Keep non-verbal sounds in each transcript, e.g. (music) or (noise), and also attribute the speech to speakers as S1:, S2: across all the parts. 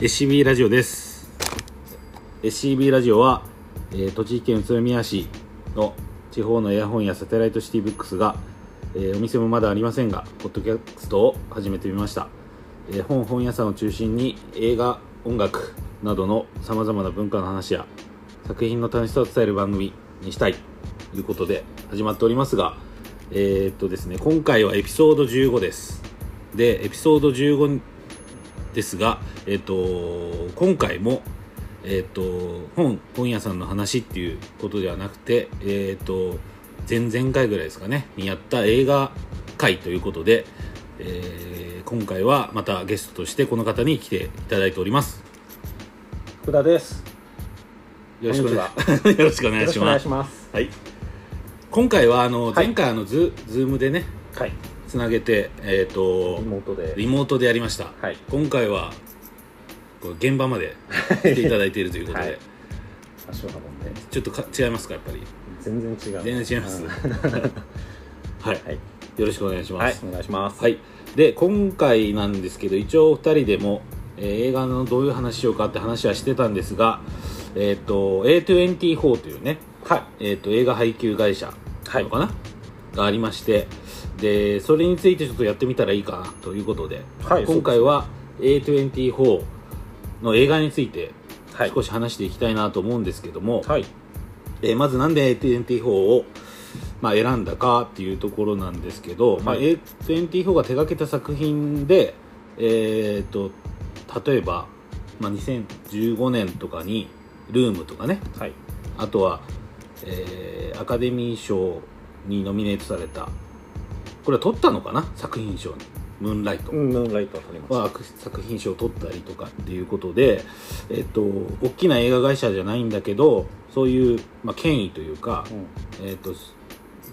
S1: SCB ラジオです SCB ラジオは、えー栃木県宇都宮市の地方のエアホンやサテライトシティブックスが、えーお店もまだありませんがポッドキャストを始めてみました、えー本本屋さんを中心に映画音楽などのさまざまな文化の話や作品の楽しさを伝える番組にしたいということで始まっておりますがえーっとですね今回はエピソード15ですでエピソード15ですが、えっと今回も、えっと本本屋さんの話っていうことではなくて、えっと前々回ぐらいですかねにやった映画会ということで、えー今回はまたゲストとしてこの方に来ていただいております
S2: 福田です。
S1: よろしくお願いよろしくお願
S2: よ
S1: い
S2: ろし
S1: し
S2: くお願
S1: ま
S2: いし
S1: す
S2: ます。
S1: はい、今回はあの
S2: はい
S1: 前回あのズ,、ズームでね
S2: はい。
S1: つなげて、えっと
S2: リモートで。
S1: リモートでやりました、
S2: はい
S1: 今回はこう現場まで来ていただいているということで、
S2: はい足を運んで。
S1: ちょっとか違いますかやっぱり
S2: 全然違う。
S1: 全然違い
S2: (laughs)
S1: ます、
S2: うん
S1: はい、
S2: はい。
S1: よろしくお願いしま
S2: はい
S1: す。
S2: お願いします。
S1: はい、で今回なんですけど一応お二人でも、えー映画のどういう話しようかって話はしてたんですがえっ、と A24 というね、
S2: はい。
S1: えー、と映画配給会社なのかな、がありましてでそれについてちょっとやってみたらいいかなということで、
S2: はい
S1: 今回は A24 の映画について
S2: はい。
S1: 少し話していきたいなと思うんですけども、
S2: はい。
S1: えーまずなんで A24 を、まあ、選んだかっていうところなんですけど、まあ、
S2: はい
S1: A24 が手掛けた作品で、えー、と例えば、まあ、2015年とかに「ルームとかね
S2: はい。
S1: あとは、えーアカデミー賞にノミネートされたこれは取ったのかな作品賞に「ムーンライト」
S2: うん、ムーンライトを取りまし
S1: は作品賞を取ったりとかっていうことで、えっと、大きな映画会社じゃないんだけどそういう、まあ、権威というか
S2: た。、うん。
S1: えっと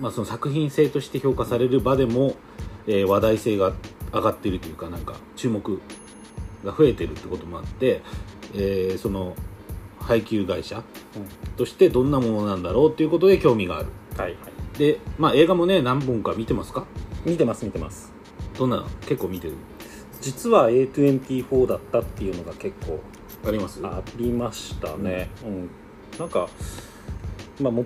S1: まあ、その作品性として評価される場でも、えー話題性が上がってるというかなんか注目が増えてるってこともあって、えーその配給会社としてどんなものなんだろうっていうことで興味がある
S2: はい。はい。
S1: で、まあ、映画もね何本か見てますか
S2: 見てます、見てます。
S1: どんなの結構見てる
S2: 実は A24 だったっていうのが結構
S1: あります
S2: ありましたね、うんなんか、まあ、も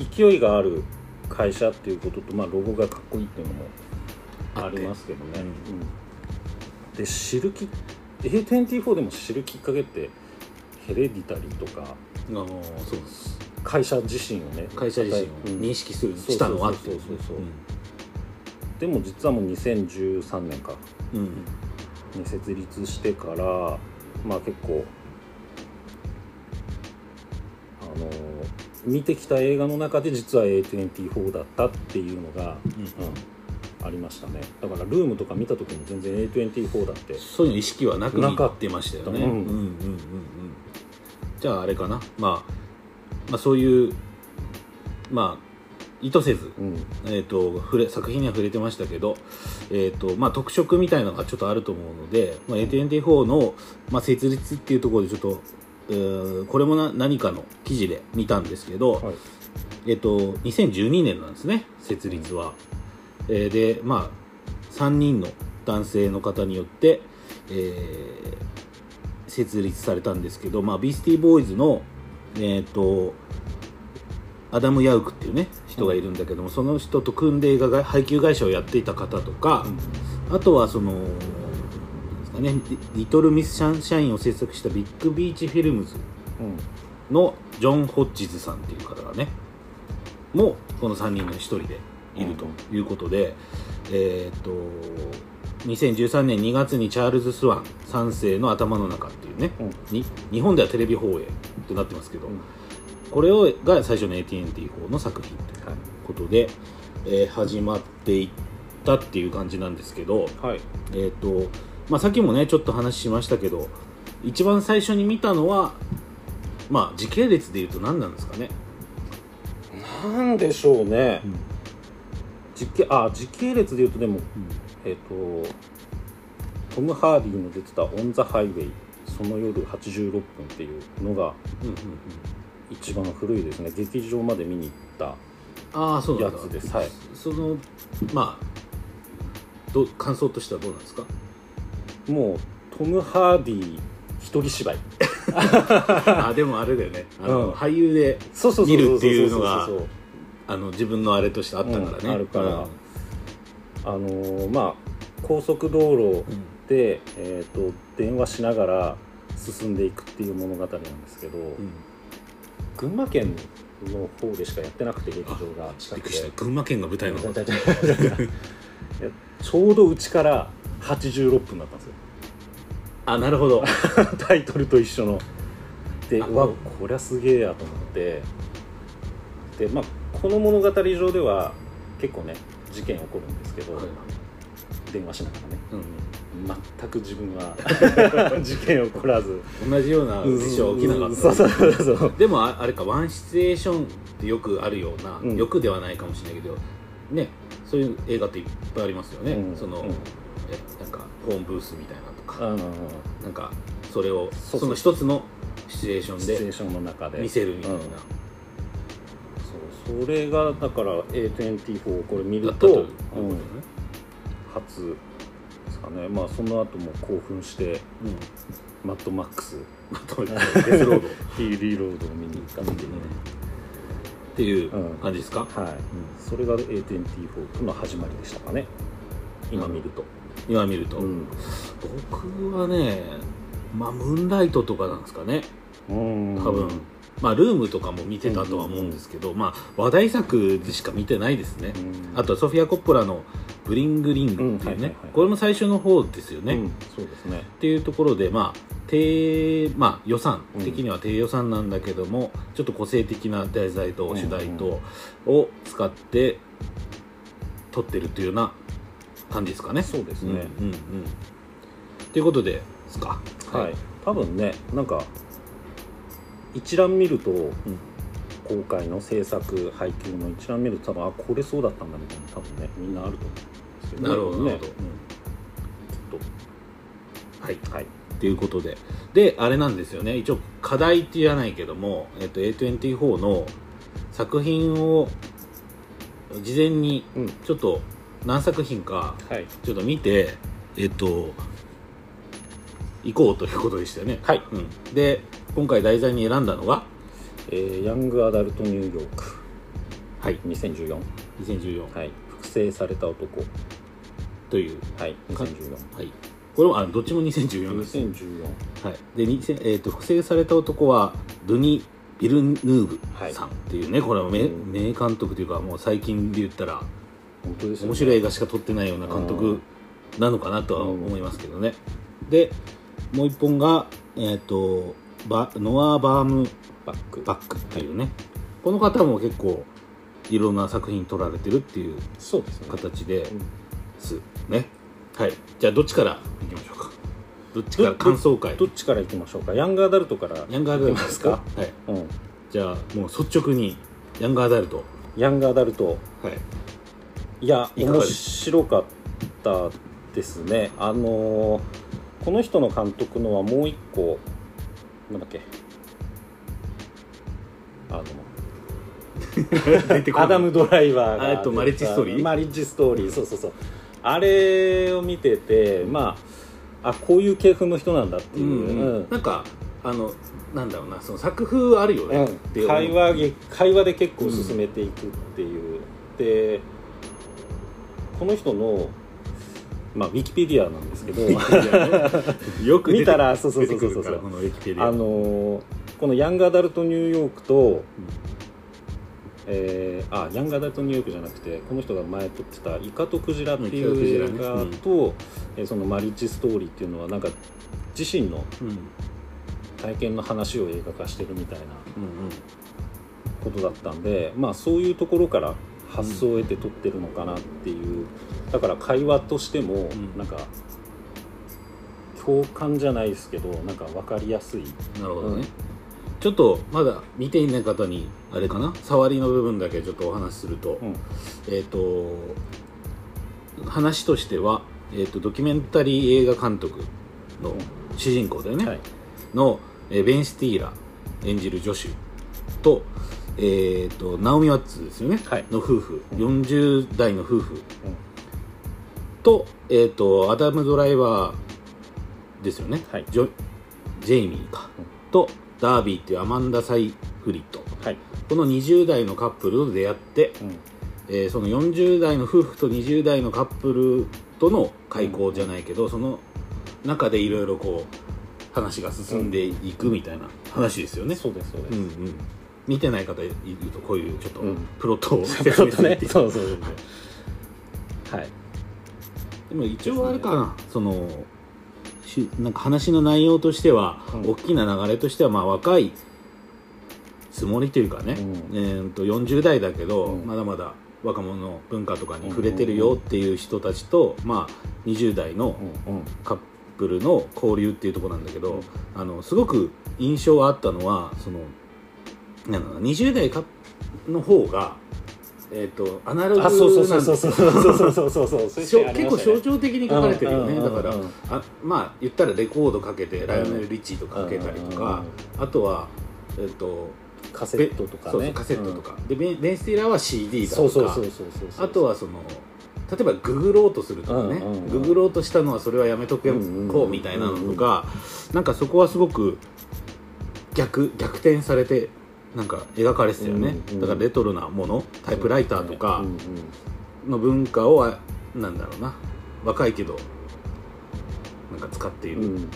S2: 勢いがある会社っていうことと、まあ、ロゴがかっこいいっていうのも
S1: あ
S2: あ
S1: って
S2: りますけどね、
S1: うん
S2: うんで知るき A24 でも知るきっかけってヘレディタリーとか
S1: あのそうです
S2: 会社自身をね
S1: 会社自身を
S2: うん
S1: 認識する、
S2: そうそうそうそう
S1: したのはってい
S2: そうそうそうでも実はもう2013年か
S1: うんうん
S2: に設立してからまあ結構あの見てきた映画の中で実は A24 だったっていうのが、うんありましたねだからルームとか見た時も全然 A24 だって
S1: そういうの意識はなく
S2: な
S1: な
S2: かっ
S1: ってましたよね、うん
S2: うん
S1: うんうんうんじゃああれかな、まあ、まあそういうまあ意図せず、
S2: うん
S1: えー、と触れ作品には触れてましたけど、えーとまあ、特色みたいなのがちょっとあると思うので、まあ、ATN4 の、まあ、設立っていうところでちょっと、えーこれもな何かの記事で見たんですけど、
S2: はい
S1: えっと、2012年なんですね設立は、えーでまあ3人の男性の方によって、えー設立されたんですけど、まあ、ビースティーボーイズのえっ、とアダム・ヤウクっていうね人がいるんだけども、その人と組んで映画が配給会社をやっていた方とか、あとはそのですかねリリトル・ミス・シャンシャインを制作したビッグビーチ・フィルムズ
S2: うん
S1: のジョン・ホッジズさんっていう方がねもこの3人の1人でいるということで、えーっと2013年2月にチャールズ・スワン3世の頭の中っていうね、
S2: うん
S1: に日本ではテレビ放映となってますけど、
S2: うん
S1: これをが最初の AT&T4 の作品という
S2: は
S1: ことで、えー始まっていったっていう感じなんですけど、
S2: い、はい、
S1: えーとまあ、さっきもねちょっと話しましたけど一番最初に見たのは、まあ、時系列でいうと何なんですかね、
S2: なんでしょうね、時系あ時系列でいうとでも、えっ、とトム・ハーディの出てた「オン・ザ・ハイウェイ」その夜86分っていうのが
S1: うんうんうん
S2: 一番古いですね劇場まで見に行っ
S1: ああそう
S2: た
S1: な
S2: や
S1: んだ
S2: つですはい
S1: そのま
S2: (laughs)
S1: あどう感想としてはどうなんですか
S2: もうトム・ハーディ一人芝居
S1: あでもあれだよねあの、
S2: うん
S1: 俳優で
S2: そうそうそうそう
S1: 見るっていうのが
S2: そうそうそう
S1: あの自分のあれとしてあったからね、
S2: うんあるから
S1: うん
S2: あのーまあ高速道路で、えー、と電話しながら進んでいくっていう物語なんですけど、
S1: うん
S2: 群馬県の方でしかやってなくて劇場が近
S1: びっ
S2: く
S1: くり
S2: て
S1: し
S2: (laughs)
S1: た群馬県が舞台なの
S2: いやちょうどうちから86分だったんですよ
S1: あなるほど
S2: タイトルと一緒ので
S1: あ
S2: うわこりゃすげえやと思ってでまあこの物語上では結構ね事件起こるんですけど、電話しながらね
S1: うん
S2: 全く自分は (laughs) 事件起こらず
S1: 同じような事象は起きなかった、
S2: そうそうそうそう
S1: でもああれかワンシチュエーションってよくあるような、
S2: うん
S1: よくではないかもしれないけどねそういう映画っていっぱいありますよね、
S2: うん
S1: その、
S2: うん
S1: えなんかホームブースみたいなと
S2: う
S1: か、
S2: んうんうん
S1: なんかそれをそ
S2: そ
S1: う
S2: そう
S1: の一つのシチュエーショ
S2: シチュエ
S1: ン
S2: ーションの中で
S1: で見せるみたいな、
S2: うんそうそれがだから A24 をこれ見
S1: だ
S2: る
S1: ったと
S2: と
S1: いうこと
S2: うん
S1: ね、
S2: 初ですかねまあその後も興奮して
S1: うん
S2: マッドマックス
S1: まとめてデスロ
S2: (laughs)
S1: ードっ
S2: ヒーリーロードを見に行ったっていうね、
S1: ていう
S2: うん
S1: 感じですか、
S2: はいそれが A24 の始まりでしたかね今見ると、
S1: 今見ると、
S2: うん
S1: 僕はねまあムーンライトとかなんですかね
S2: うん
S1: 多分、まあルームとかも見てたとは思うんですけど、まあ話題作でしか見てないですね、あとはソフィア・コッポラの「ブリング・リング」っていうね、
S2: うんはいはいはい
S1: これも最初の方ですよね、
S2: ね、う
S1: っ
S2: んそうですね
S1: ていうところでまあ低、まあ、予算的には低予算なんだけども、ちょっと個性的な題材と主題とを使って撮ってるというような感じですかね。
S2: そうですね
S1: うんうんうんということでですか。
S2: はい、多分ねなんか一覧見ると、公開の制作配給の一覧見ると多分あこれそうだったんだみたいな多分ねみんなあると思うんですけど、
S1: なるほど、な
S2: ね
S1: るほど。
S2: ちょっ
S1: はい。
S2: とはい
S1: っていうことで。で、あれなんですよね。一応、課題って言わないけども、えっと、A24 の作品を、事前に、
S2: うん
S1: ちょっと、何作品か、
S2: はい
S1: ちょっと見て、えっと、行こうということでしたよね。
S2: はい
S1: うん。で、今回題材に選んだのが、
S2: えーヤングアダルトニューヨーク
S1: はい。
S2: 2014
S1: 2014
S2: はい複製された男
S1: という。
S2: はい2014
S1: はい。これも、あどっちも2014です。
S2: 2014
S1: はい、で2000えー、と複製された男はドゥニ・ビルヌーブさんっていうね、これは名
S2: うん
S1: 名監督というかもう最近で言ったら
S2: 本当ですよね
S1: 面白い映画しか撮ってないような監督なのかなとは
S2: うん
S1: 思いますけどね、でもう一本が、えー、とバノア・バーム
S2: バック
S1: バックっていうね、この方も結構いろんな作品撮られてるっていう
S2: そうですね
S1: 形で
S2: うん
S1: すね、はいじゃあどっちからいきましょうかどっちから感想会
S2: どっちからいきましょうかヤングアダルトから
S1: ヤングアダルトですか
S2: いき
S1: はい
S2: うん
S1: じゃあもう率直にヤングアダルト
S2: ヤングアダルト
S1: はい
S2: いや
S1: いかが
S2: 面
S1: です
S2: 白かったですねあのーこの人の監督のはもう一個なんだっけあの
S1: (laughs) 出て
S2: アダム・ドライバーが
S1: あえっとマリッジストーリー
S2: マリッジストーリーそうそうそうあれを見ててまああこういう系譜の人なんだって
S1: う
S2: い
S1: ん、
S2: う、うん
S1: なんかあのなんだろうなその作風あるよね、って
S2: う
S1: 思
S2: ん、
S1: う
S2: 会話げ会話で結構進めていくっていう、でこの人のまあウィキペディアなんですけど
S1: (laughs) よく出て
S2: 見たらそうそうそうそう
S1: 出てくるから
S2: そう
S1: このウィキペディア
S2: あのーこのヤングアダルトニューヨークと、えーあヤングアダルトニューヨークじゃなくてこの人が前撮ってた「イカとクジラ」ってい
S1: うんイカと
S2: う
S1: クジラ
S2: 映
S1: ね
S2: 画と、えーそのマリッジストーリーっていうのはなんか自身の
S1: うん
S2: 体験の話を映画化してるみたいな
S1: うんうん
S2: ことだったんで、まあ、そういうところから発想を得て撮ってるのかなっていう、だから会話としても、
S1: ん
S2: なんか共感じゃないですけどなんか分かりやすい、
S1: なるほどね、
S2: うん
S1: ちょっとまだ見ていない方にあれかな触りの部分だけちょっとお話しすると、
S2: うん
S1: えっ、と話としては、えー、とドキュメンタリー映画監督の主人公だよね、
S2: はい
S1: の、えーベン・スティーラー演じる助手と,、えー、とナオミ・ワッツですよね、
S2: はい
S1: の夫婦、
S2: うん
S1: 40代の夫婦と,、えー、とアダム・ドライバーですよね、
S2: はい
S1: ジョジェイミーか、とダービーっていうアマンダ・サイフリット
S2: はい、
S1: この20代のカップルと出会って、
S2: うん
S1: えーその40代の夫婦と20代のカップルとの開口じゃないけど、その中でいろいろこう話が進んでいくみたいな話ですよね、
S2: そうですそう
S1: う
S2: で
S1: んう
S2: す、
S1: ん、見てない方いるとこういうちょっと
S2: うん
S1: プロットを (laughs)
S2: ち
S1: 説
S2: ょっ
S1: 明す
S2: と
S1: るっ
S2: ね
S1: ていう
S2: (laughs) そうそうそうそうはい
S1: でも一応あれかな、そのしなんか話の内容としては、
S2: うん
S1: 大きな流れとしてはまあ若いつもりというかね、
S2: うん
S1: えーと40代だけど、
S2: うん
S1: まだまだ若者の文化とかに触れてるよっていう人たちと、まあ、20代の
S2: うんうん
S1: カップルの交流っていうところなんだけど、
S2: うん
S1: あのすごく印象はあったのはそのなんだろうな20代かの方が、えー、とアナログな
S2: あ
S1: んだ
S2: そうそうそうそうそうそうそうそうそうそう
S1: しょ結構象徴的に書かれてるよね
S2: うん
S1: だから
S2: うんうん
S1: あまあ言ったらレコードかけてライオネル・リッチーとかかけたりとかあとはえっと
S2: カセットとか
S1: そうそ
S2: ね
S1: うカセットとかでベンベン・スティラーは CD だ
S2: そ
S1: と
S2: うそう
S1: か
S2: そうそうそうそう
S1: あとはその例えばググろうとするとかね
S2: うんうんうん
S1: ググろうとしたのはそれはやめとけ
S2: うんうんうん
S1: こうみたいなのとかなんかそこはすごく逆逆転されてなんか描かれてたよね
S2: うんうん
S1: だからレトロなものタイプライターとか
S2: うんうん
S1: の文化をあなんだろうな若いけどなんか使っている
S2: うん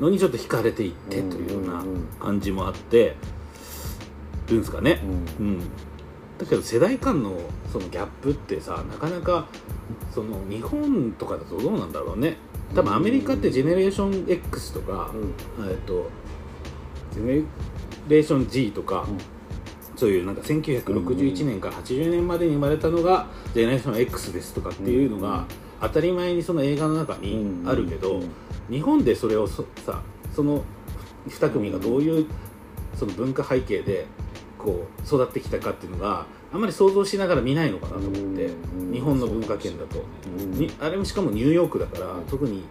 S1: のにちょっと惹かれていってというような
S2: うんうんうん
S1: 感じもあってるんですかね
S2: う、ん
S1: うん、だけど世代間のそのギャップってさなかなかその日本とかだとどうなんだろうね多分アメリカってジェネレーション X とか、
S2: うん
S1: えっとジェネレーション G とか、
S2: うん
S1: そういうなんか1961年から80年までに生まれたのがジェネレーション X ですとかっていうのが当たり前にその映画の中にあるけど、
S2: うん
S1: 日本でそれをそさその2組がどういうその文化背景でこう育ってきたかっていうのがあんまり想像しながら見ないのかなと思って、
S2: うん
S1: 日本の文化圏だと、
S2: うん
S1: にあれもしかもニューヨークだから、
S2: うん
S1: 特に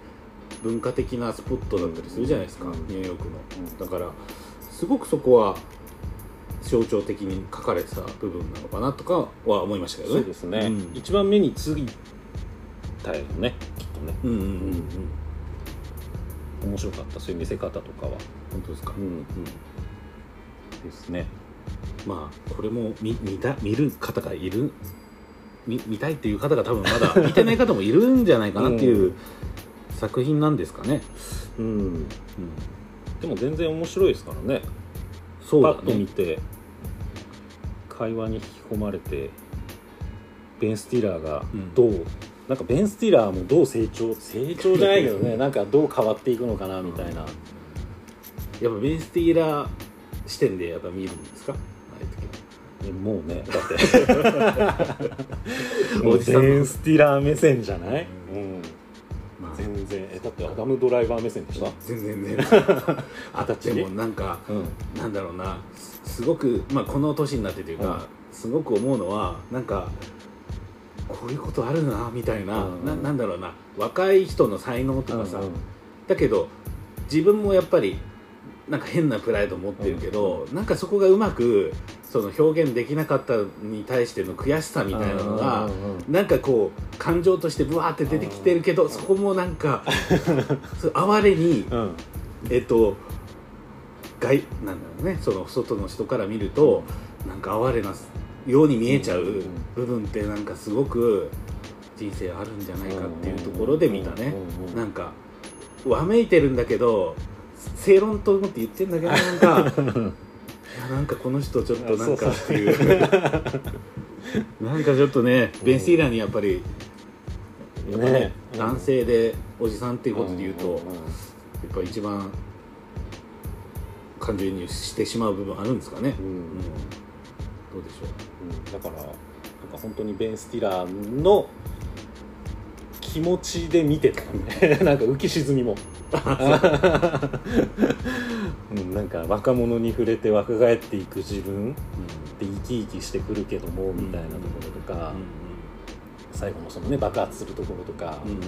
S1: 文化的なスポットだったりするじゃないですか、
S2: うん
S1: ニューヨークの、
S2: うん
S1: だからすごくそこは象徴的に書かれてた部分なのかなとかは思いましたけどね
S2: そうですね、
S1: うん
S2: 一番目についたよねきっとね
S1: うんうんうん
S2: う
S1: うん
S2: ん面白かったそういう見せ方とかは
S1: 本当ですか、
S2: ん
S1: うん
S2: ですね
S1: まあこれも見見た見る方がいる見見たいっていう方が多分ま
S2: (laughs)
S1: だ見てない方もいるんじゃないかなっていうう作品なんですかね、
S2: うん
S1: うん、
S2: でも全然面白いですからね
S1: そう
S2: パ
S1: だ
S2: ッと見
S1: ね
S2: て会話に引き込まれてベン・スティラーが
S1: うん
S2: どう、なんかベン・スティラーもどう成長成長じゃないけど (laughs) ねなんかどう変わっていくのかなみたいな、
S1: やっぱベン・スティーラー視点でやっぱ見るんですかああいう時は
S2: えもう (laughs) ねだってもうベン・スティラー目線じゃない、うん、
S1: まあ
S2: 全然えだってアダム・ドライバー目線でした
S1: 全然
S2: (laughs)
S1: 全然あ
S2: 形
S1: でもなんか
S2: うん
S1: なんだろうなすすごく、まあ、この年になってというか、すごく思うのはなんかこういうことあるなみたいな、
S2: うん
S1: ななんだろうな若い人の才能とかさ、
S2: うんうん
S1: だけど自分もやっぱりなんか変なプライド持ってるけど、なんかそこがうまくその表現できなかったに対しての悔しさみたいなのが、
S2: うんうんうん
S1: なんかこう感情としてブワーって出てきてるけど、そこもなん
S2: (laughs)
S1: かそう哀れに
S2: うん
S1: えっと外なんだろうねその外の人から見るとなんか哀れなように見えちゃ
S2: うんうんう
S1: うん部分ってなんかすごく人生あるんじゃないかっていうところで見たね
S2: うんうんうん
S1: なんかわめいてるんだけど正論と思って言ってんだけどなんか (laughs) いやなんかこの人ちょっとなんか
S2: あ
S1: っていう (laughs) なんかちょっとねベン・スティーラーにやっぱりやっぱね男性でおじさんっていうことで言うと。
S2: んんん
S1: やっぱ一番感情移入してしまう部分あるんですかね、
S2: う
S1: うんんどうでしょう
S2: うんだからなんか本当にベン・スティラーの気持ちで見てたね (laughs) なんか浮き沈みもうんなんか若者に触れて若返っていく自分で生き生きしてくるけどもみたいなところとか、最後のそのね爆発するところとか、
S1: うんうんうん
S2: うんで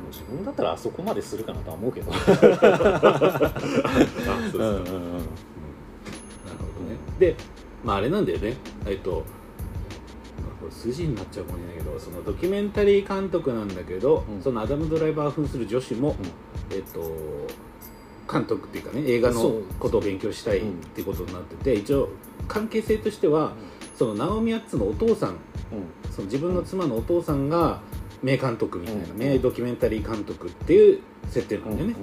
S2: も自分だったらあそこまでするかなとは思う (laughs) けど
S1: あそうです
S2: う
S1: か、
S2: ん
S1: なる
S2: うんうん
S1: ほどねでまああれなんだよねえっとまあこれ筋になっちゃうかもしれないけどそのドキュメンタリー監督なんだけど、
S2: うん
S1: そのアダム・ドライバー扮する女子も、えっと監督っていうかね映画
S2: そ
S1: の
S2: う
S1: ことを勉強したいってことになってて、一応関係性としてはそのナオミ・アッツのお父さんその自分の妻のお父さんが名監督みたいな、
S2: うん
S1: 名ドキュメンタリー監督っていう設定な
S2: うんん
S1: だよね、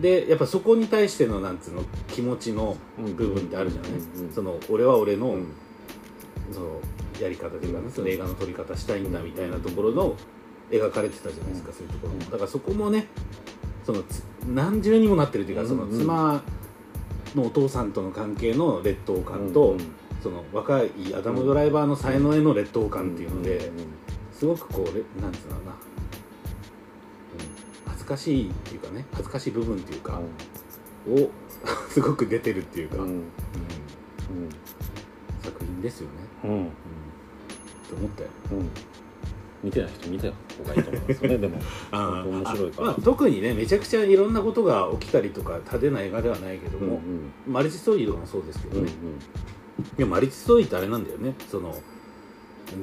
S1: でやっぱそこに対してのなんつうの気持ちの
S2: うん
S1: 部分ってあるじゃない、
S2: うん
S1: その俺は俺の,、
S2: うん
S1: そのやり方というかね
S2: うん
S1: その映画の撮り方したいんだみたいなところの描かれてたじゃないですか、
S2: うん
S1: そういうところも
S2: うん
S1: だからそこもねそのつ何重にもなってるというかその
S2: うんうん
S1: 妻のお父さんとの関係の劣等感と、その若いアダム・ドライバーの才能への劣等感っていうので、
S2: んん
S1: すごくこうれなんつうのかな、うん、恥ずかしいっていうかね恥ずかしい部分っていうか、を (laughs) すごく出てるっていうか、
S2: う
S1: うん
S2: ん
S1: 作品ですよね、
S2: うんうん
S1: うん、と思ったよ
S2: うん見てない人見た方がいいと思いますねでも
S1: あ
S2: ー面白いから
S1: まあ、特にねめちゃくちゃいろんなことが起きたりとか派手な映画ではないけど
S2: うん
S1: も、マルチストーリーとかもそうですけ
S2: う
S1: ど
S2: んうん
S1: ね、いやマルチストーリーってあれなんだよねその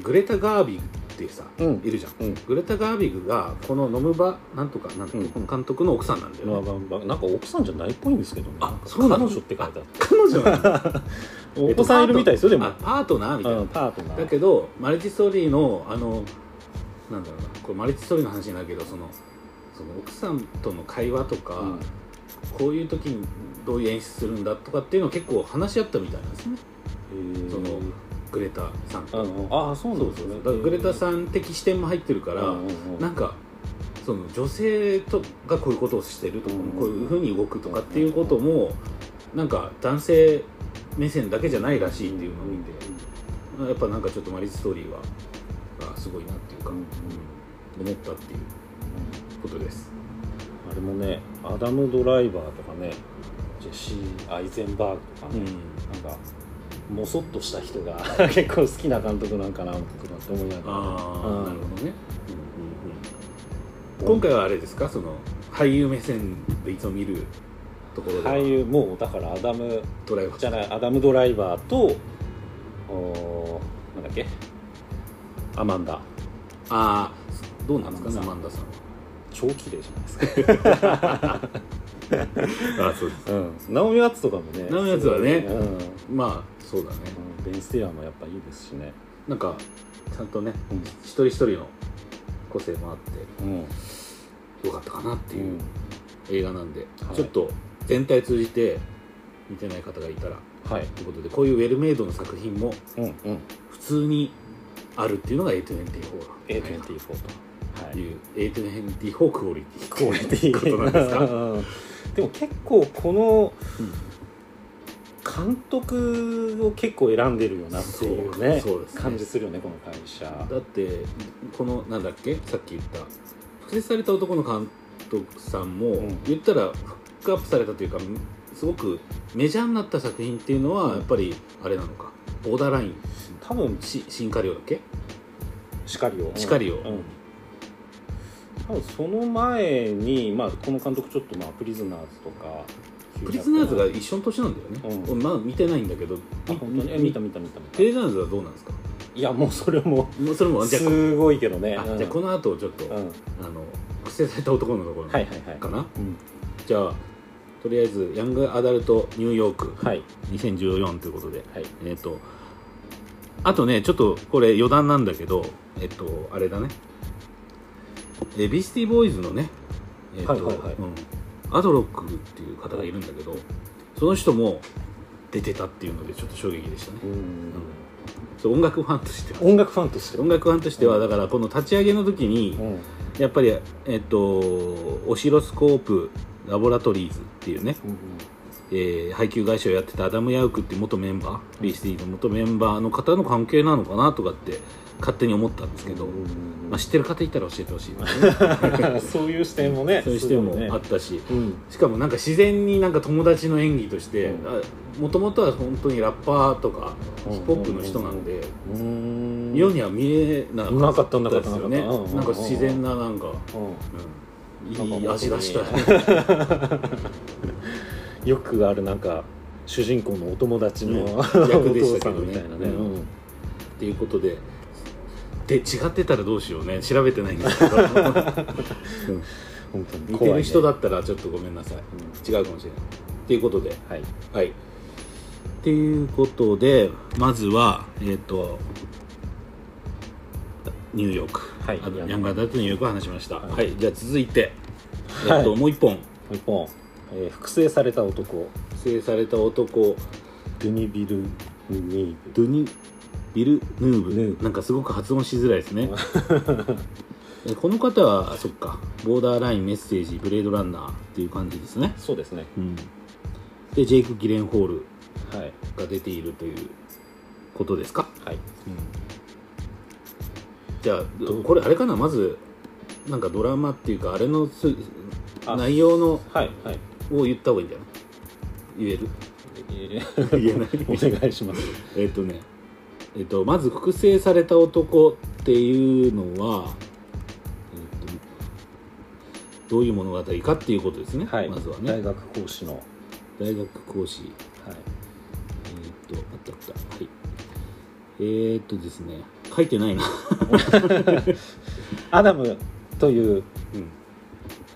S1: グレタ・ガービーってさ、
S2: うん
S1: いるじゃん
S2: うん
S1: グレタ・ガービーがこのノムバなんとかなんとか、
S2: うん
S1: この監督の奥さんなんだよね、
S2: まあまあまあなんか奥さんじゃないっぽいんですけどね
S1: あそうなの
S2: 彼女って書いてあった
S1: 彼女 (laughs) なんだ
S2: (laughs) お子さんいるみたいですよでも
S1: あパートナーみたいな
S2: うんパートナー
S1: だけどマルチストーリーのあのなんだろうなこれマルチストーリーの話になるけどそのその奥さんとの会話とか、
S2: うん
S1: こういう時にどういう演出するんだとかっていうのを結構話し合ったみたいなんですね
S2: へー
S1: そのグレタさんと
S2: あのあーそうなんですね
S1: だからグレタ
S2: ん
S1: さん的視点も入ってるから、なんかその女性とがこういうことをしてるとか、
S2: うん
S1: こういうふうに動くとかっていうこともなんか男性目線だけじゃないらしいっていうのを見て、やっぱなんかちょっとマリーズストーリーはあすごいなっていうか、
S2: うん
S1: うん思ったっていうことです
S2: あれもねアダム・ドライバーとかねジェシー・アイゼンバーグとかね、なんかもそっとした人が (laughs) 結構好きな監督なんかなとかって思いながら
S1: ああ、
S2: うん
S1: なるほどね、
S2: うん
S1: 今回はあれですかその俳優目線でいつも見るところでは
S2: 俳優もうだからアダム
S1: ドライバー
S2: じゃないアダム・ドライバーとおーなんだっけアマンダ
S1: ああどうなんですか
S2: アマンダさん
S1: アマンダさん
S2: 超綺麗じゃないですか
S1: はあそうです
S2: (laughs) うん、ナオミ・ワッツとかもね
S1: ナオミワッツはね
S2: すごいうん
S1: まあそうだね
S2: ベン・スティラーもやっぱいいですしね
S1: なんかちゃんとね
S2: うん、
S1: 一人一人の個性もあって
S2: うん、っ
S1: よかったかなって
S2: て
S1: いう
S2: いう、
S1: 映画なんで、
S2: はい
S1: ちょっと全体通じて見てない方がいたら
S2: はい
S1: ということでこういうウェルメイドの作品も
S2: うんうん
S1: 普通にあるっていうのが A24 だ
S2: A24 とは
S1: という A24 クオリティ
S2: クオリティ
S1: ってことなんですか
S2: うんでも結構この監督を結構選んでるよなっていうね
S1: そうそうですね
S2: 感じするよねこの会社
S1: だってこのなんだっけさっき言った復活された男の監督さんも、
S2: うん
S1: 言ったらフックアップされたというかすごくメジャーになった作品っていうのはやっぱりあれなのかボーダーライン
S2: 多分
S1: しシンカリオだっけ
S2: シカリオ
S1: シカリオ
S2: うん多分その前に、まあ、この監督ちょっと、まあ、プリズナーズとか
S1: プリズナーズが一緒の年なんだよね、
S2: うん
S1: 俺まあ見てないんだけど
S2: あ本当にえ見た見た見た見
S1: プ
S2: た
S1: リズナーズはどうなんですか
S2: いやもうそれも
S1: もうそれもじゃあ
S2: すごいけどね
S1: あじゃあこの後ちょっと、
S2: うんうん
S1: あの複製された男のところかな、
S2: はいはいはいうん
S1: じゃあとりあえずヤングアダルトニューヨーク
S2: はい
S1: 2014ということで
S2: はい
S1: えっ、とあとねちょっとこれ余談なんだけどえっ、とあれだねえービースティーボーイズのねえっ、と、
S2: はいはいはい
S1: うんアドロックっていう方がいるんだけどその人も出てたっていうのでちょっと衝撃でしたね
S2: う、ん
S1: そう音楽ファンとしては
S2: 音楽ファンとして
S1: 音楽ファンとしてはだからこの立ち上げの時に、
S2: うん
S1: やっぱり、えっと、オシロスコープラボラトリーズっていうね、えー配給会社をやってたアダム・ヤウクって元メンバー、ビースティの元メンバーの方の関係なのかなとかって勝手に思ったんですけど、まあ、知ってる方いたら教えてほしいな、
S2: (laughs) そういう視点もね
S1: そういう視点もあ
S2: あ
S1: ったし、
S2: うん
S1: しかもなんか自然になんか友達の演技として
S2: うん
S1: もともとは本当にラッパーとか
S2: うん
S1: ヒップホップの人なんで、
S2: うん
S1: 世には見えな
S2: なかったんだ
S1: ですよね
S2: なかったなかった
S1: なんか自然ななんか、
S2: うん
S1: うんいい味出した
S2: よくあるなんか主人公のお友達の
S1: ね
S2: お
S1: 役でし
S2: 父
S1: た
S2: さ
S1: けど
S2: ん
S1: ね
S2: みたいなね
S1: うん
S2: うん
S1: っていうことで (laughs) で違ってたらどうしようね調べてないんですけどうん
S2: 本当に
S1: 似てる人だ
S2: っ
S1: ったらちょっとごめんなさい、
S2: う
S1: 違うかもしれないっていうことで
S2: はい
S1: はいっていうことでまずはえっ、とニューヨーク、
S2: はい
S1: あのヤングアダルトニューヨークを話しました、はい
S2: い
S1: じゃあ続いて、
S2: はい
S1: えっともう一本
S2: 日本、えー複製された男
S1: 制された男
S2: ドゥニビル・ニーブ
S1: ドゥニビル・ヌーブ
S2: ヌーブ
S1: なんかすごく発音しづらいです
S2: (laughs)
S1: ねえこの方はそっかボーダーラインメッセージブレードランナーっていう感じですね、
S2: そうですね
S1: うん、でジェイク・ギレンホール
S2: はい
S1: が出ているということですか、
S2: はい
S1: じゃあ
S2: どう
S1: これあれかなまずなんかドラマっていうかあれのす
S2: あ
S1: 内容の
S2: はいはい
S1: を言った方がいいんじゃない言える
S2: え
S1: 言えない
S2: ーお願いします
S1: えっとね、えっと、まず複製された男っていうのは、えっと、どういう物語かっていうことですね、
S2: はい
S1: まずは
S2: 大
S1: ね
S2: 学講師のはい
S1: 大学講師えっとあったあったはいえっとですね書いてないな、
S2: アダムという
S1: うん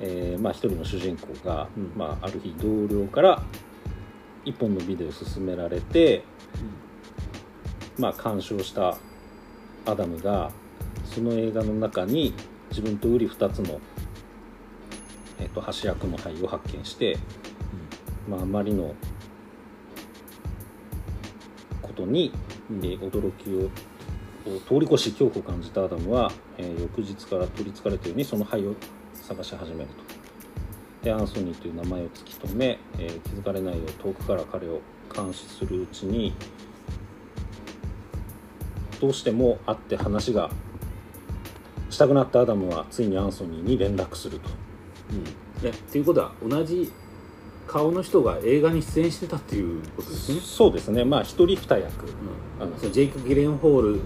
S2: えーまあ、一人の主人公が、
S1: うん
S2: まあ、ある日同僚から一本のビデオを勧められて、まあ、鑑賞したアダムがその映画の中に自分とウリ二つの、えっと橋役の灰を発見して、まあ、あまりのことに、
S1: うん
S2: えー驚きをを通り越し恐怖を感じたアダムは、えー翌日から取りつかれたようにその灰を探し始めるとでアンソニーという名前を突き止め、えー気づかれないよう遠くから彼を監視するうちにどうしても会って話がしたくなったアダムはついにアンソニーに連絡すると
S1: えっていうことは同じ顔の人が映画に出演してたっていうことですね、
S2: そうですねまあ一人二役
S1: うん
S2: うん
S1: そのジェイク・ギレンホー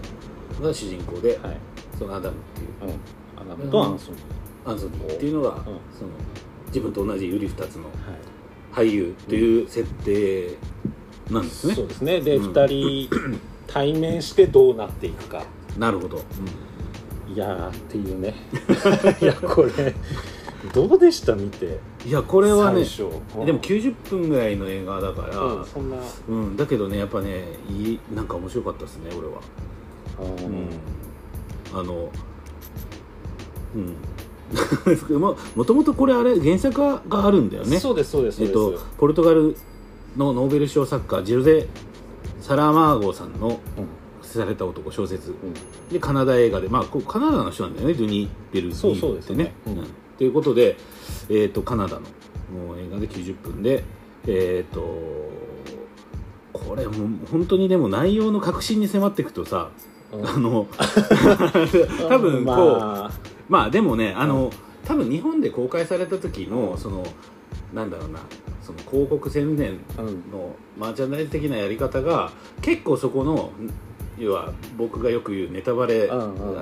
S1: ルが主人公で、
S2: はい、
S1: そのアダムっていう
S2: うん、アダムとアンソニー、
S1: アンソニーっていうのが、
S2: ん
S1: その自分と同じユリ二つの
S2: はい
S1: 俳優という設定なんですね
S2: そう、ですねで、
S1: う
S2: 二
S1: ん
S2: (clears throat) 人対面してどうなっていくか
S1: なるほど、
S2: いやーっていうねいやこれどうでした見て
S1: いやこれはね
S2: 最初
S1: でも90分ぐらいの映画だから、
S2: うんそんな
S1: うんだけどねやっぱねいいなんか面白かったですね俺は
S2: うん
S1: あのうん (laughs) ももともとこれあれ原作ががあるんだよね
S2: そうですそうですそう
S1: え
S2: で
S1: っ
S2: す、
S1: と、ポルトガルのノーベル賞作家ジルゼ・サラマーゴさんの
S2: うん
S1: 「捨てられた男」小説
S2: うん
S1: でカナダ映画で、まあ、こうカナダの人なんだよねドゥニ・ベルニ
S2: そうそう
S1: ー
S2: で
S1: っ
S2: す
S1: て
S2: よ
S1: ね
S2: ね。
S1: と、
S2: うん
S1: うんということで、えっとカナダのもう映画で90分で、えっとこれもう本当にでも内容の核心に迫っていくとさ
S2: うん
S1: あ
S2: (laughs)
S1: の多分こう、
S2: まあ
S1: まあでもねあの、多分日本で公開された時のそのなんだろうなその広告宣伝
S2: うん
S1: のマーチャンダイズ的なやり方が結構そこの要は僕がよく言うネタバレが
S2: うんうん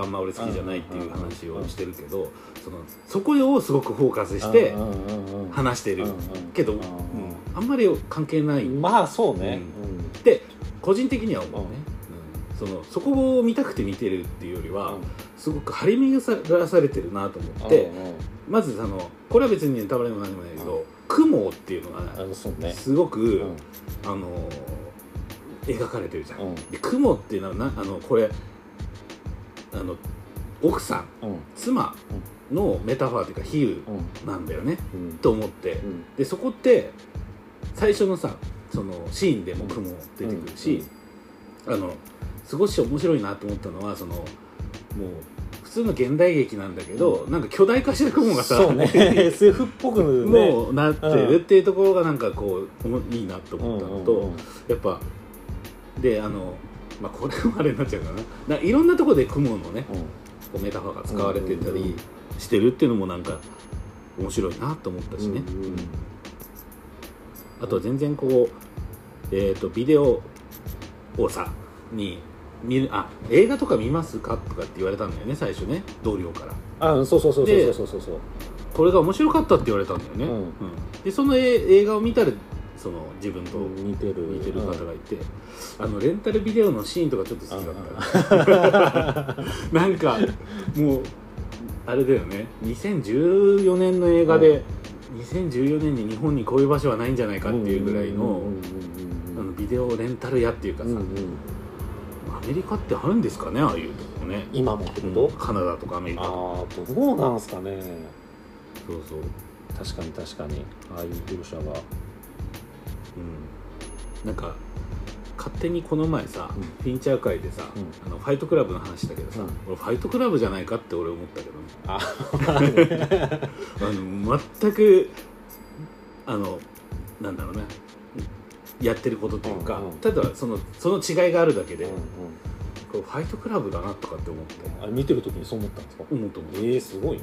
S1: あんま俺好きじゃないっていう話をしてるけどそのそこをすごくフォーカスして
S2: うんうんうんうん
S1: 話してる
S2: うんうん
S1: けど、
S2: うん
S1: あんまり関係ないっ
S2: まあそうね、
S1: て個人的には思うね。うんそのそこを見たくて見てるっていうよりは、すごく張り巡らされてるなと思って、
S2: うんうん
S1: まずあのこれは別にネタバレも何でもないけど「雲」っていうの
S2: あ
S1: が
S2: のそうね
S1: すごく、
S2: うん
S1: あのー描かれてるじゃん、
S2: うん
S1: で雲っていうのはなあのこれあの奥さん
S2: うん
S1: 妻のメタファーというか比喩
S2: うん
S1: なんだよね、
S2: うん
S1: と思って
S2: うん
S1: でそこって最初のさそのシーンでも雲出てくるし、あのすごし面白いなと思ったのはそのもう普通の現代劇なんだけど、なんか巨大化してる雲がさ
S2: そうね SF っぽく
S1: (laughs)
S2: ね
S1: もうなってるっていうところがなんかこうおもいいなと思ったのと、
S2: うんうんうん
S1: やっぱであの、まあ、これもあれになっちゃうかなないろんなところで雲のね
S2: うん
S1: こうメタファーが使われてた
S2: うんうんう
S1: り
S2: ん
S1: してるっていうのもなんか面白いなと思ったしね、
S2: うんうんうん
S1: あとは全然こう、えー、とビデオをさに見るあ映画とか見ますかとかって言われたんだよね最初ね同僚から
S2: あそうそうそうそ
S1: で
S2: うそうそうそう
S1: これが面白かったって言われたんだよね、
S2: うん
S1: でその映映画を見たらその自分と
S2: 似てる
S1: 似てる方がいて、あのレンタルビデオのシーンとかちょっと好きだった、なんかもうあれだよね2014年の映画で、2014年に日本にこういう場所はないんじゃないかっていうぐらいの,、
S2: うん
S1: あのビデオレンタル屋っていうかさ、
S2: うんうん
S1: アメリカってあるんですかねああいうとこね
S2: 今もってこと、
S1: カナダとかアメリカとか
S2: ああどうなんすかね
S1: そうそう、
S2: 確かに確かにああいう業者は
S1: うん、なんか勝手にこの前さ、
S2: うん
S1: ピンチャー会でさ、
S2: うん
S1: あのファイトクラブの話だけどさ、
S2: うん
S1: 俺ファイトクラブじゃないかって俺思ったけどね
S2: あ (laughs)
S1: あの全くあのなんだろうねやってることというか、
S2: うんうん
S1: ただそのその違いがあるだけで、
S2: うんうん
S1: これファイトクラブだなとかって思って
S2: あれ見てる時にそう思ったんですか
S1: 思った思った
S2: ええすごいね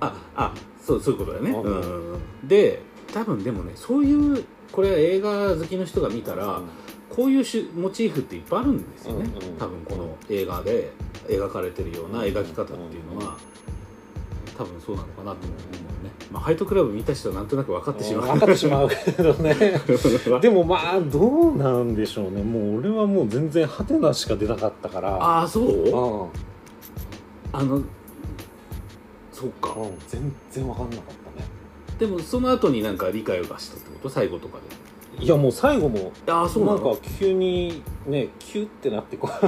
S1: ああそうそういうことだよね、
S2: うん
S1: うんうんうんで多分でもねそういうこれ映画好きの人が見たら、
S2: うん
S1: こういう種モチーフっていっぱいあるんですよね、
S2: うんうん
S1: 多分この映画で描かれてるような描き方っていうのは、多分そうなのかなと思うよね、まあ、ファイトクラブ見た人はなんとなく分かってしまう
S2: 分かってしまうけどね (laughs)
S1: で
S2: でもまあどうなんでしょうねもう俺はもう全然ハテナしか出なかったから
S1: ああそう
S2: うん
S1: あのそうか
S2: うん全然分かんなかったね
S1: でもその後になんか理解を出したってこと最後とか
S2: いやもう最後も
S1: でああそうな
S2: な
S1: の
S2: んか急にねキュッてなってこう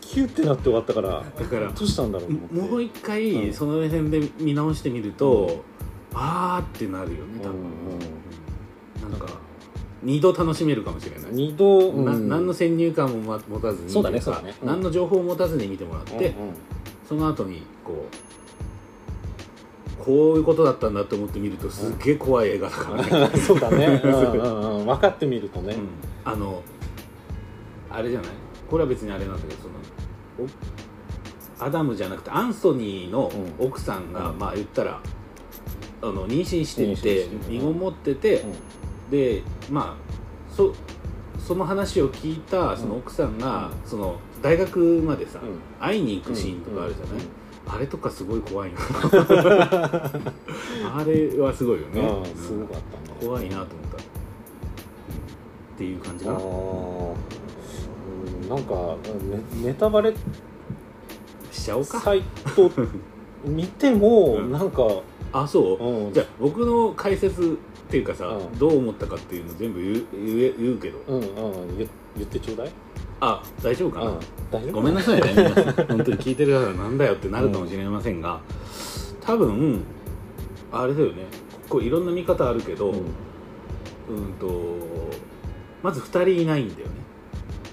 S2: キュッてなって終わったから
S1: だから
S2: どうしたんだろうと思って
S1: もう一
S2: う
S1: 回
S2: ん
S1: その目線で見直してみると、あーってなるよね多分、
S2: うん
S1: なんか二度楽しめるかもしれない、
S2: 二度、
S1: な
S2: うん
S1: 何の先入観もま持たずに
S2: そうだね
S1: とか
S2: そうだねうん
S1: 何の情報も持たずに見てもらって、
S2: うんうん
S1: その後にこうこういうことだったんだと思って見るとすっげえ怖い映画だからね、
S2: そうだね、うんうんうん、分かってみるとね、
S1: うんあのあれじゃないこれは別にあれなんだけどそのおアダムじゃなくてアンソニーの
S2: うん
S1: 奥さんが、
S2: うん
S1: まあ言ったらあの妊娠して
S2: 妊娠して
S1: て
S2: る
S1: 身ごもってて、でまあそその話を聞いたその奥さんが、その大学までさ、
S2: うん
S1: 会いに行くシーンとかあるじゃない、あれとかすごい怖
S2: (laughs)
S1: いなあれはすごいよね、
S2: うんうん
S1: うん
S2: すごかったね
S1: 怖いなと思った、っていう感じか
S2: あ
S1: な
S2: ーうんなんかネネタバレ
S1: しちゃおうか
S2: サイト見ても、
S1: うん
S2: なんか、
S1: あそう、
S2: うん、
S1: じゃあ僕の解説っていうかさ、
S2: うん
S1: どう思ったかっていうの全部言う言え言うけど
S2: うんうん言言ってちょうだい、
S1: あ大丈夫かな、
S2: うん大丈夫
S1: ごめんなさいね皆さん本当に聞いてる方なんだよってなるかもしれませんが、多分あれだよねこういろんな見方あるけど、うん、とまず2人いないんだよね、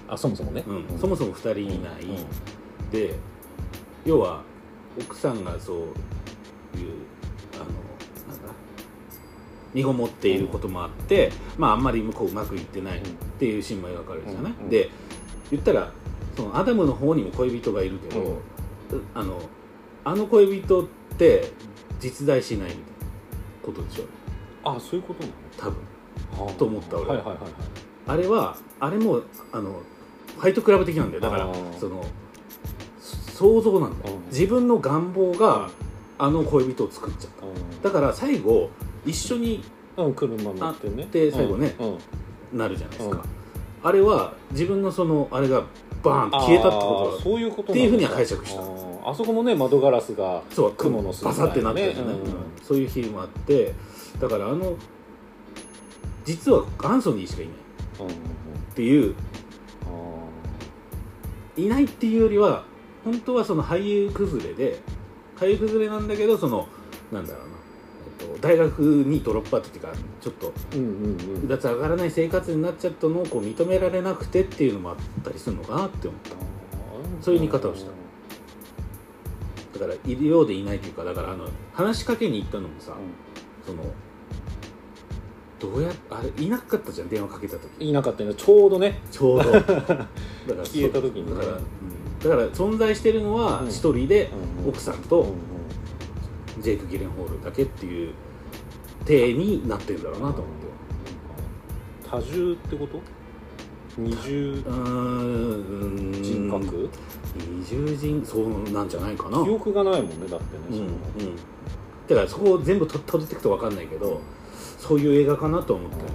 S2: あそもそもね、
S1: うんそもそも2人いない、
S2: うん
S1: で要は奥さんがそういうあのなんだ身ごもっていることもあって、まああんまり向こううまくいってないっていうシーンも描かれるじゃない、
S2: うんうん
S1: で言ったらそのアダムの方にも恋人がいるけど、
S2: うん
S1: あのあの恋人って実在しないみたいなことでしょ
S2: あそういうことな
S1: 多分
S2: の
S1: と思った俺
S2: はいはいはいはい
S1: あれはあれもあのファイトクラブ的なんだよだか
S2: あ
S1: ら
S2: ー
S1: その想像なんだよ
S2: うん
S1: 自分の願望があの恋人を作っちゃっただから最後一緒に
S2: うん、うん、車乗ってね
S1: で最後ね
S2: うんうん
S1: なるじゃないです
S2: うん
S1: か、あれは自分のそのあれがバーンと
S2: あー
S1: 消えたってことだ
S2: そういうこと
S1: っていうふうには解釈した
S2: あーあそこもね窓ガラスが
S1: そう
S2: 雲の巣
S1: バ
S2: みたいな
S1: サ
S2: ね
S1: ってなってるじゃない、
S2: うん
S1: うんそういう日もあってだからあの実はアンソニーしかいない
S2: うんうんうん
S1: っていう
S2: あ
S1: いないっていうよりは本当はその俳優崩れで俳優崩れなんだけどそのなんだろうな、えっと、大学にドロップアウトっていうかちょっと
S2: ーうんうんうん
S1: うだつ上がらない生活になっちゃったのをこう認められなくてっていうのもあったりするのかなって思
S2: あー
S1: そういう見方をしたうだからいるようでいないというかだからあの話しかけに行ったのもさ、
S2: う
S1: そのどうやあれいなかったじゃん電話かけた時
S2: んいなかったよねちょうどね
S1: ちょう
S2: (laughs)
S1: どだから
S2: 消えた時にね
S1: だから、うんだから存在してるのは
S2: うん
S1: 一人で
S2: うん
S1: 奥さん
S2: うん
S1: と
S2: うん
S1: ジェイク・ギレンホールだけっていう体になってるんだろうなと思って
S2: 多重ってこと二重
S1: うーん
S2: 人格
S1: 二重人そうなんじゃないかな
S2: 記憶がないもんねだってね
S1: う
S2: そ
S1: んうんん
S2: な
S1: だからそこを全部と取っていくと分かんないけどそういう映画かなと思ったよね、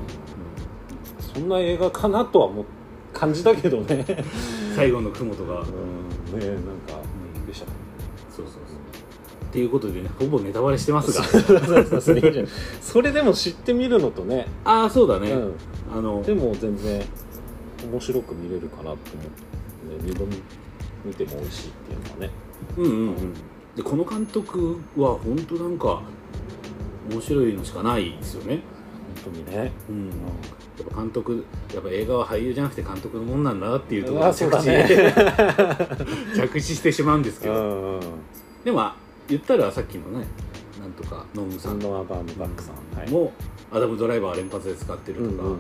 S2: そんな映画かなとはもう感じだけどね。
S1: うん最後の雲とか、
S2: うん、ねえなんか、
S1: うん
S2: でした
S1: そうそうそうっていうことでねほぼネタバレしてますが
S2: それ以上に (laughs) それでも知ってみるのとね
S1: ああそうだね、
S2: うん
S1: あの
S2: でも全然面白く見れるかなと思って、ね、2度見ても美味しいっていうのはね
S1: うんうんうんでこの監督は本当なんか面白いのしかないですよね
S2: 本当にね
S1: うんやっぱ監督やっぱ映画は俳優じゃなくて監督のもんなんだなっていうとこ
S2: う
S1: ろ
S2: わ
S1: に
S2: そう
S1: 着
S2: だ
S1: 地,、
S2: ね
S1: 着地 (laughs) してしまうんですけ
S2: う
S1: ど
S2: んうん
S1: でも言ったらさっきのねなんとかノムさ
S2: サ
S1: ん
S2: ン
S1: も
S2: ドアバームバックさん、はい、
S1: アダムドライバー連発で使って
S2: う
S1: る
S2: ん
S1: と
S2: う
S1: か、
S2: んうんうん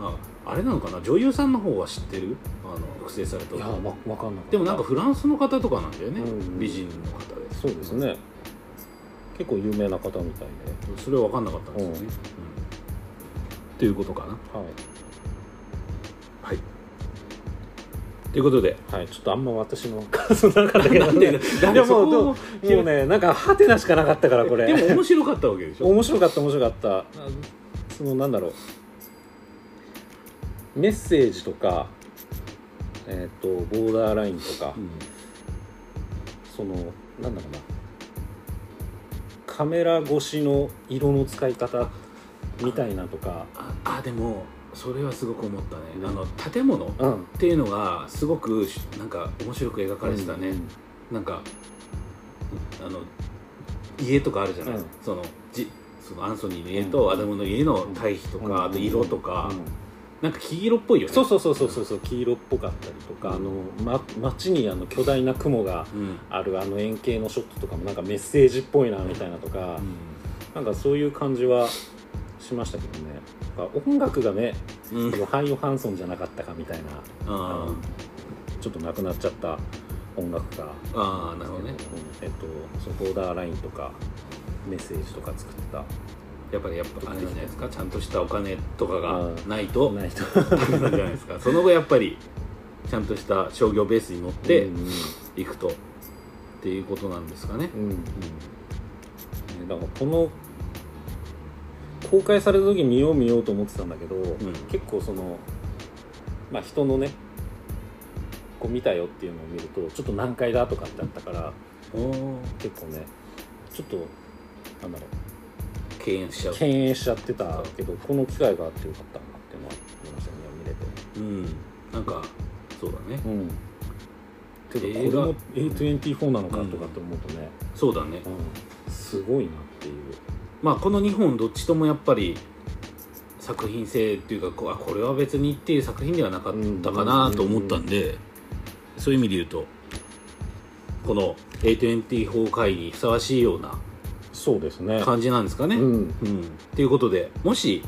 S1: まあ、あれなのかな女優さんの方は知ってるあの複製された
S2: いやわわかんなかった
S1: でもなんかフランスの方とかなんだよね、
S2: うんうん
S1: 美人の方で
S2: そうですね結構有名な方みたいで
S1: それは分かんなかったんですよね、
S2: うん
S1: うんということかな
S2: はい、
S1: はいということで
S2: はい、ちょっとあんま私の感想なかったけど、
S1: なんで
S2: ね、
S1: なんで
S2: いやもう
S1: そこを
S2: どうもうねなんかハテナしかなかったからこれ
S1: でも面白かったわけでしょ
S2: 面白かった面白かったあそのなんだろうメッセージとかえっ、とボーダーラインとか、
S1: う
S2: そのなんだろうなカメラ越しの色の使い方みたいなとか
S1: ああでもそれはすごく思ったね、
S2: うん
S1: あの建物っ
S2: うん
S1: ていうのがすごくしなんか面白く描かれてたね、
S2: うん
S1: なんかあの家とかあるじゃない、
S2: うん
S1: そのじそのアンソニーの家とアダムの家の対比とか、あと色とか、
S2: うん
S1: なんか黄色っぽいよね
S2: そうそうそうそうそうそう黄色っぽかったりとか、あの、ま、街にあの巨大な雲が
S1: うん、うん
S2: あるあの円形のショットとかもなんかメッセージっぽいなみたいなとか、なんかそういう感じはしましたけどねなんか音楽がね、
S1: うん
S2: そのハイヨハンソンじゃなかったかみたいな、あ
S1: あ
S2: のちょっとなくなっちゃった音楽が
S1: ーあーなるほどね
S2: うんえっとそのボーダーラインとかメッセージとか作ってた
S1: やっぱりやっぱあれじゃないですかちゃんとしたお金とかが
S2: (laughs) うん
S1: ないと
S2: ない人
S1: ダメなんじゃないですかその後やっぱりちゃんとした商業ベースに乗って
S2: うん
S1: いくと、っていうことなんですかね
S2: うんねだからこの公開された時見よう見ようと思ってたんだけど、結構そのまあ人のねこう見たよっていうのを見るとちょっと難解だとかってあったから
S1: お
S2: 結構ねちょっとなんだろ
S1: 敬遠しちゃう
S2: う敬遠しちゃってたけどこの機会があってよかったなっていうのは見ましたね見れて
S1: うんなんかそうだね
S2: うんて
S1: 映
S2: か
S1: 画
S2: これも A24 なのかとかって思うとね、
S1: そうだね
S2: うんすごいなっていう
S1: まあこの2本どっちともやっぱり作品性っていうかこうあこれは別にっていう作品ではなかったかなと思ったんで、そういう意味で言うとこの A24 会にふさわしいような
S2: そうですね
S1: 感じなんですかね。
S2: う
S1: うん
S2: ん
S1: ということでもし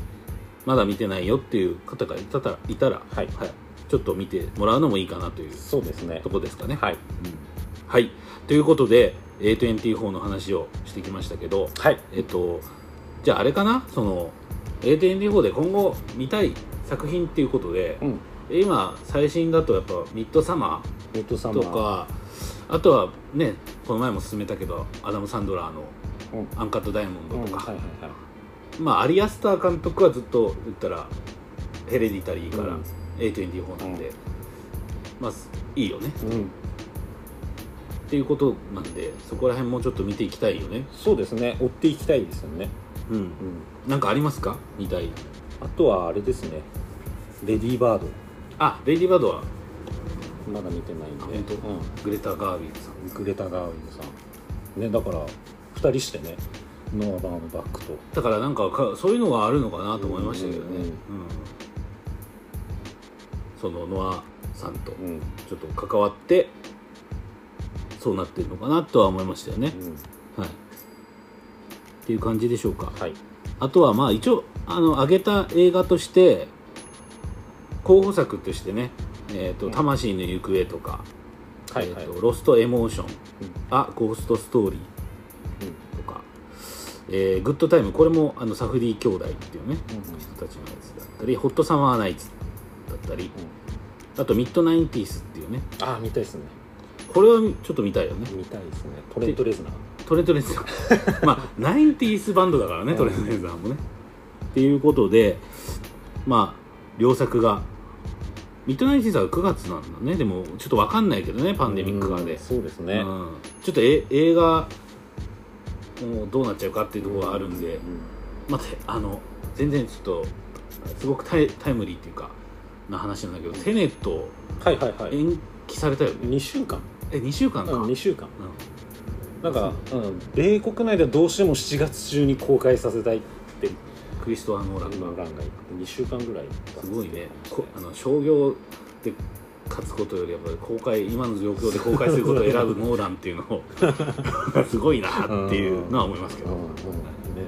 S1: まだ見てないよっていう方がいたらいたら、
S2: はい
S1: はい、ちょっと見てもらうのもいいかなという
S2: そうですね
S1: とこですかね。
S2: はい
S1: はい、ということで A24 の話をしてきましたけど、
S2: はい
S1: えっと、じゃああれかなその A24 で今後見たい作品っていうことで、
S2: うん
S1: 今最新だとやっぱミッドサマ
S2: ミッドサ
S1: ー
S2: マー
S1: とかあとはねこの前も勧めたけどアダム・サンドラーの
S2: うん
S1: 「アンカット・ダイヤモ
S2: うん
S1: ンド」と
S2: は
S1: か、
S2: いはいはい
S1: まあアリアスター監督はずっと言ったらヘレディタリーから
S2: うん
S1: A24 なんで、まあいいよね
S2: うん、
S1: っていうことなんでそこら辺もちょっと見ていきたいよね
S2: そうですね追っていきたいですよね、
S1: うん
S2: うん、
S1: なんかありますか見たい
S2: あとはあれですねレディーバー
S1: あレイディーバードは
S2: ドまだ見てないん
S1: あ
S2: で、
S1: 本当
S2: う
S1: グレタ・ガービーさん
S2: ん、グレタ・ガーウィンさんねだから2人してねノア・バームバックと
S1: だからなんかかそういうのがあるのかなと思いましたけどね、
S2: うんうんうん
S1: うんそのノアさんと
S2: うん、
S1: ちょっと関わってそうなってるのかなとは思いましたよね、はいっていう感じでしょうか
S2: はい
S1: あとはまあ一応あの挙げた映画として候補作としてね「えー、と
S2: うん
S1: 魂の行方」とか、
S2: はい
S1: え
S2: はい、
S1: ーと「ロスト・エモーション」
S2: うん
S1: あゴースト・ストーリー」
S2: うん
S1: とか、えーグッドタイムこれもあのサフディ兄弟っていうね、
S2: うんうん
S1: 人たちのやつだったりホットサマーナイツだったりあとミッドナインティースっていうね
S2: ああ見たいですね
S1: これはちょっと見たいよね
S2: 見たいですねトレント・レズナー
S1: トレトレさん (laughs) まあナインティースバンドだからねトレトレさんもねっていうことでまあ両作がミッドナイト・イザーは9月なんだねでもちょっと分かんないけどねパンデミックがで、
S2: うんそうですね、
S1: うんちょっとえ映画もうどうなっちゃうかっていうところがあるんで、
S2: うん
S1: 待ってあの全然ちょっとすごくタイタイムリーっていうかな話なんだけど、テネット
S2: はいはいはい
S1: 延期されたよね
S2: 2週間
S1: え2週間か、
S2: うん
S1: うん
S2: 2週間なんか、うん、米国内ではどうしても7月中に公開させたいって
S1: クリストア・ノーラン
S2: 今
S1: が
S2: ランが言って2週間ぐらい
S1: すごいねこあの商業で勝つことよりやっぱり公開今の状況で公開することを選ぶノーランっていうのを (laughs) すごいなっていうのは思いますけ
S2: うん
S1: ど、
S2: うんね、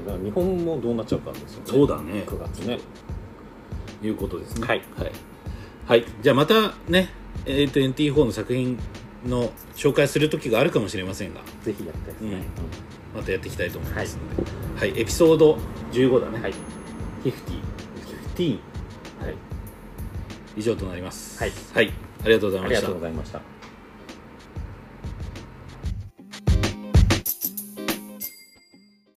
S2: だから日本もどうなっちゃうかですよね
S1: そうだね
S2: 9月ね
S1: ということですね
S2: はい
S1: はい、はいじゃあまたねえっ、と NT4 の作品の紹介する時があるかもしれませんが
S2: ぜひやりたいですね、
S1: うん
S2: うん
S1: またやっていきたいと思いますので、はいエピソード15だね、はい、5015
S2: はい、
S1: 以上となります
S2: はい
S1: はい、ありがとうござい
S2: あ
S1: ま
S2: りが
S1: した
S2: とうございました